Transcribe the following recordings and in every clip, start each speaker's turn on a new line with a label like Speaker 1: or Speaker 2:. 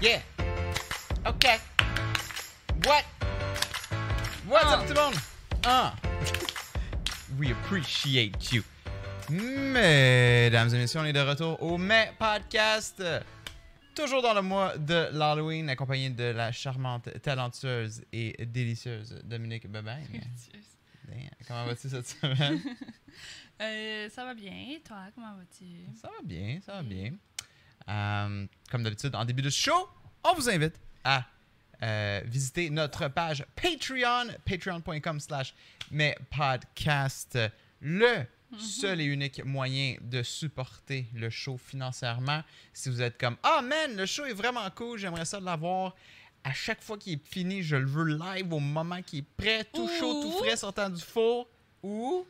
Speaker 1: Yeah. OK. What? What's up, tout le monde? Ah. We appreciate you. Mesdames et messieurs, on est de retour au Mai Podcast. Toujours dans le mois de l'Halloween, accompagné de la charmante, talentueuse et délicieuse Dominique Bebin. Damn, Comment vas-tu cette semaine?
Speaker 2: Euh, ça va bien. Et toi, comment vas-tu?
Speaker 1: Ça va bien, ça va bien. Euh, comme d'habitude, en début de show, on vous invite à euh, visiter notre page Patreon, patreon.com slash mespodcast. Le seul et unique moyen de supporter le show financièrement. Si vous êtes comme « Ah man, le show est vraiment cool, j'aimerais ça l'avoir. » À chaque fois qu'il est fini, je le veux live au moment qu'il est prêt, tout chaud, tout
Speaker 2: Ou-
Speaker 1: frais, sortant du four. Ou...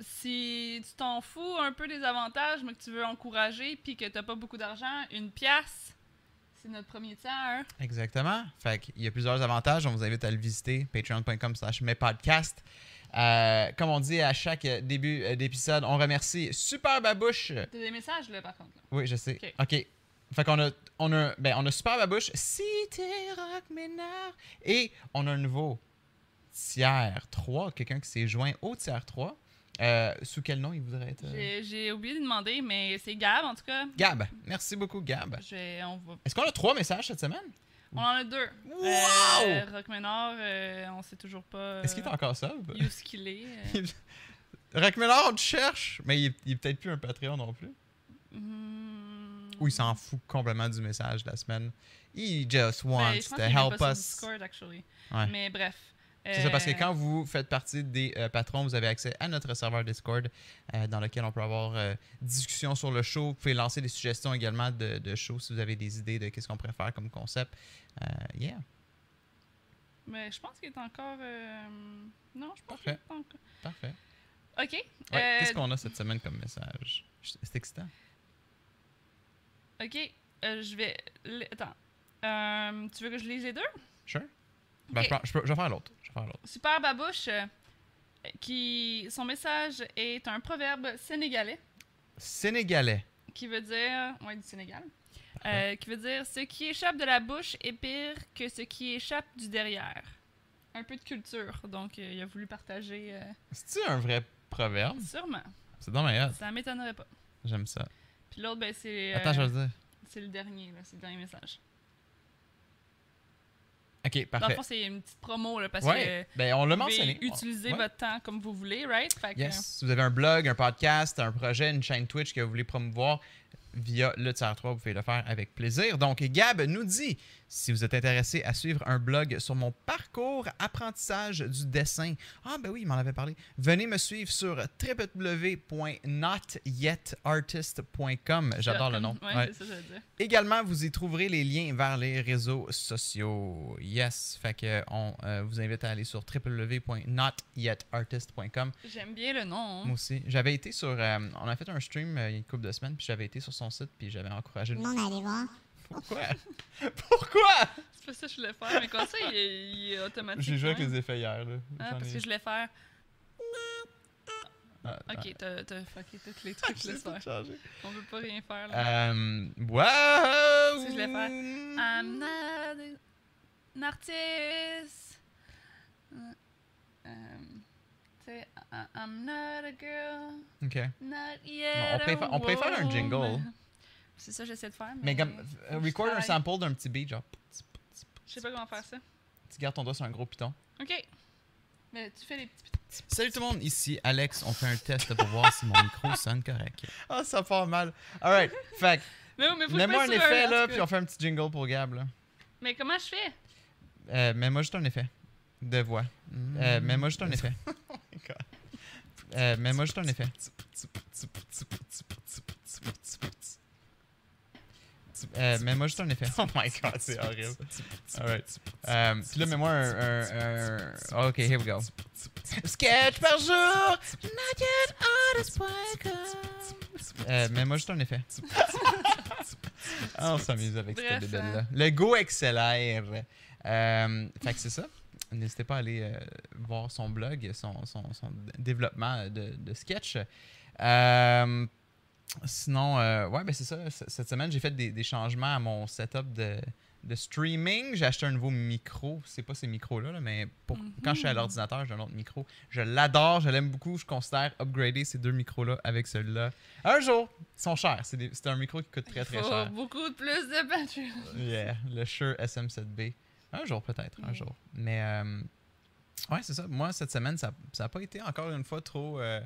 Speaker 2: Si tu t'en fous un peu des avantages, mais que tu veux encourager puis que t'as pas beaucoup d'argent, une pièce, c'est notre premier tiers.
Speaker 1: Exactement. Fait qu'il y a plusieurs avantages. On vous invite à le visiter. Patreon.com slash mespodcast. Euh, comme on dit à chaque euh, début euh, d'épisode, on remercie Super Babouche.
Speaker 2: T'as des messages, là, par contre. là.
Speaker 1: Oui, je sais. OK. Fait qu'on a, on a, ben, on a Super Babouche, Cité Rock Ménard. Et on a un nouveau tiers 3, quelqu'un qui s'est joint au tiers 3. Euh, sous quel nom il voudrait être? euh?
Speaker 2: J'ai- J'ai oublié de demander, mais c'est Gab, en tout cas.
Speaker 1: Gab. Merci beaucoup, Gab.
Speaker 2: Je vais- on, va-
Speaker 1: Est-ce qu'on a trois messages cette semaine?
Speaker 2: on en a deux.
Speaker 1: Wow!
Speaker 2: Euh, Rock Ménard, euh, on sait toujours pas.
Speaker 1: Est-ce qu'il est
Speaker 2: euh,
Speaker 1: encore sub?
Speaker 2: où ce qu'il est. euh.
Speaker 1: Rock Miller, on te cherche! Mais il est, il est peut-être plus un Patreon non plus.
Speaker 2: Hmm.
Speaker 1: Ou il s'en fout complètement du message de la semaine. He just
Speaker 2: Ben,
Speaker 1: wants
Speaker 2: je pense
Speaker 1: to
Speaker 2: qu'il est pas
Speaker 1: help
Speaker 2: sur
Speaker 1: us.
Speaker 2: Discord, actually.
Speaker 1: Ouais.
Speaker 2: Mais bref.
Speaker 1: C'est ça, parce que
Speaker 2: Euh,
Speaker 1: quand vous faites partie des euh, patrons, vous avez accès à notre serveur Discord euh, dans lequel on peut avoir euh, discussion sur le show. Vous pouvez lancer des suggestions également de, de shows si vous avez des idées de qu'est-ce qu'on pourrait faire comme concept. Euh, yeah.
Speaker 2: Mais je pense qu'il est encore. euh, Non, je pense qu'il
Speaker 1: Parfait.
Speaker 2: est encore.
Speaker 1: Parfait.
Speaker 2: Ok.
Speaker 1: Ouais,
Speaker 2: euh,
Speaker 1: Qu'est-ce qu'on a cette semaine comme message? C'est excitant.
Speaker 2: Ok. euh, je vais. le- Attends. Euh, tu veux que je lise les deux?
Speaker 1: Sure? Ben,
Speaker 2: Ok.
Speaker 1: je, peux- je peux- je vais faire l'autre. Je vais faire l'autre.
Speaker 2: Super Babouche, euh, qui. Son message est un proverbe sénégalais
Speaker 1: Sénégalais.
Speaker 2: qui veut dire. Ouais, du Sénégal.
Speaker 1: Parfait.
Speaker 2: euh, qui veut dire ce qui échappe de la bouche est pire que ce qui échappe du derrière. Un peu de culture, donc euh, il a voulu partager. euh,
Speaker 1: C'est-tu un vrai proverbe?
Speaker 2: sûrement.
Speaker 1: C'est dans ma
Speaker 2: Ça m'étonnerait pas.
Speaker 1: J'aime ça.
Speaker 2: Puis l'autre, ben, c'est. euh,
Speaker 1: Attends, je vais le dire.
Speaker 2: C'est le dernier, là, c'est le dernier message.
Speaker 1: Ok,
Speaker 2: Dans le
Speaker 1: parfait.
Speaker 2: fond, c'est une petite promo, là, parce
Speaker 1: Ouais,
Speaker 2: que
Speaker 1: ben on l'a
Speaker 2: vous pouvez
Speaker 1: mentionné.
Speaker 2: utiliser
Speaker 1: Ouais.
Speaker 2: votre temps comme vous voulez, right? Fait que,
Speaker 1: Yes. Si vous avez un blog, un podcast, un projet, une chaîne Twitch que vous voulez promouvoir via le tiers 3, vous pouvez le faire avec plaisir. Donc, Gab nous dit si vous êtes intéressé à suivre un blog sur mon parcours apprentissage du dessin, ah ben oui, il m'en avait parlé, venez me suivre sur www.notyetartist.com. J'adore le nom.
Speaker 2: Ouais,
Speaker 1: Ouais.
Speaker 2: c'est ça que je veux dire.
Speaker 1: Également, vous y trouverez les liens vers les réseaux sociaux. Yes, fait que on euh, vous invite à aller sur www.notyetartist.com.
Speaker 2: J'aime bien le nom.
Speaker 1: Moi aussi, j'avais été sur, euh, on a fait un stream euh, il y a une couple de semaines, puis j'avais été sur son site, puis j'avais encouragé.
Speaker 3: Tout
Speaker 1: le-
Speaker 3: le monde allait voir.
Speaker 1: Pourquoi Pourquoi
Speaker 2: C'est pas ça que je voulais faire, mais comme ça, il est, il est automatique.
Speaker 1: J'ai joué avec
Speaker 2: ouais.
Speaker 1: les effets hier. Là.
Speaker 2: Ah,
Speaker 1: J'en
Speaker 2: parce
Speaker 1: ai-
Speaker 2: que je voulais faire.
Speaker 1: Ah, ah,
Speaker 2: Ok, t'as t'as fucké tous les trucs, je
Speaker 1: j'ai
Speaker 2: laisse
Speaker 1: tout
Speaker 2: faire.
Speaker 1: changé.
Speaker 2: On peut pas rien faire, là.
Speaker 1: Euh, wow!
Speaker 2: Si je Ah. l'ai I'm not an artist. Euh, um, tu sais, I- I'm not a girl.
Speaker 1: Ok.
Speaker 2: Not
Speaker 1: Non, on
Speaker 2: yet.
Speaker 1: pourrait fa- on pourrait faire un jingle.
Speaker 2: woman. C'est ça que j'essaie de faire. Mais,
Speaker 1: Mais comme,
Speaker 2: Hmm. je
Speaker 1: euh, record un
Speaker 2: travaille.
Speaker 1: sample d'un petit beat, genre.
Speaker 2: Je sais pas comment faire ça.
Speaker 1: Tu gardes ton doigt sur un gros piton.
Speaker 2: Ok. Mais tu fais les petits.
Speaker 1: Salut tout le monde, ici Alex. On fait un test pour voir si mon micro sonne correct. Ah, ça part mal. Alright, fait que,
Speaker 2: Mais, oui, mais faut que je
Speaker 1: mets-moi un
Speaker 2: fasse sur
Speaker 1: effet
Speaker 2: en
Speaker 1: là,
Speaker 2: tout
Speaker 1: puis
Speaker 2: cas.
Speaker 1: on fait un petit jingle pour Gab là.
Speaker 2: Mais comment je fais
Speaker 1: Euh, mets-moi juste un effet de voix. Euh, mets-moi juste un effet. Euh, mets-moi juste un effet. Euh, mets-moi juste un effet. Oh my god, c'est horrible. Alright. Euh, puis là, mets-moi un, un- un- Ok, here we go. Sketch par jour! nuggetartist.com. Euh, mets-moi juste un effet. Ah, on s'amuse avec cette
Speaker 2: Bref,
Speaker 1: bébelle-là. Le go accélère. Euh, fait que c'est ça. N'hésitez pas à aller euh, voir son blog, son, son- son développement de, de sketch. Euh, Sinon, euh, ouais, ben c'est ça. c- Cette semaine, j'ai fait des, des changements à mon setup de, de streaming. J'ai acheté un nouveau micro. C'est pas ces micros-là, là, mais pour, quand je suis à l'ordinateur, j'ai un autre micro. Je l'adore, je l'aime beaucoup. Je considère upgrader ces deux micros-là avec celui-là. Un jour, ils sont chers. C'est des- c'est un micro qui coûte très, très
Speaker 2: Faut
Speaker 1: cher.
Speaker 2: beaucoup de plus de batterie.
Speaker 1: Yeah, le Shure SM7B. Un jour peut-être, un
Speaker 2: Mm.
Speaker 1: jour. Mais euh, ouais, c'est ça. Moi, cette semaine, ça n'a pas été encore une fois trop euh,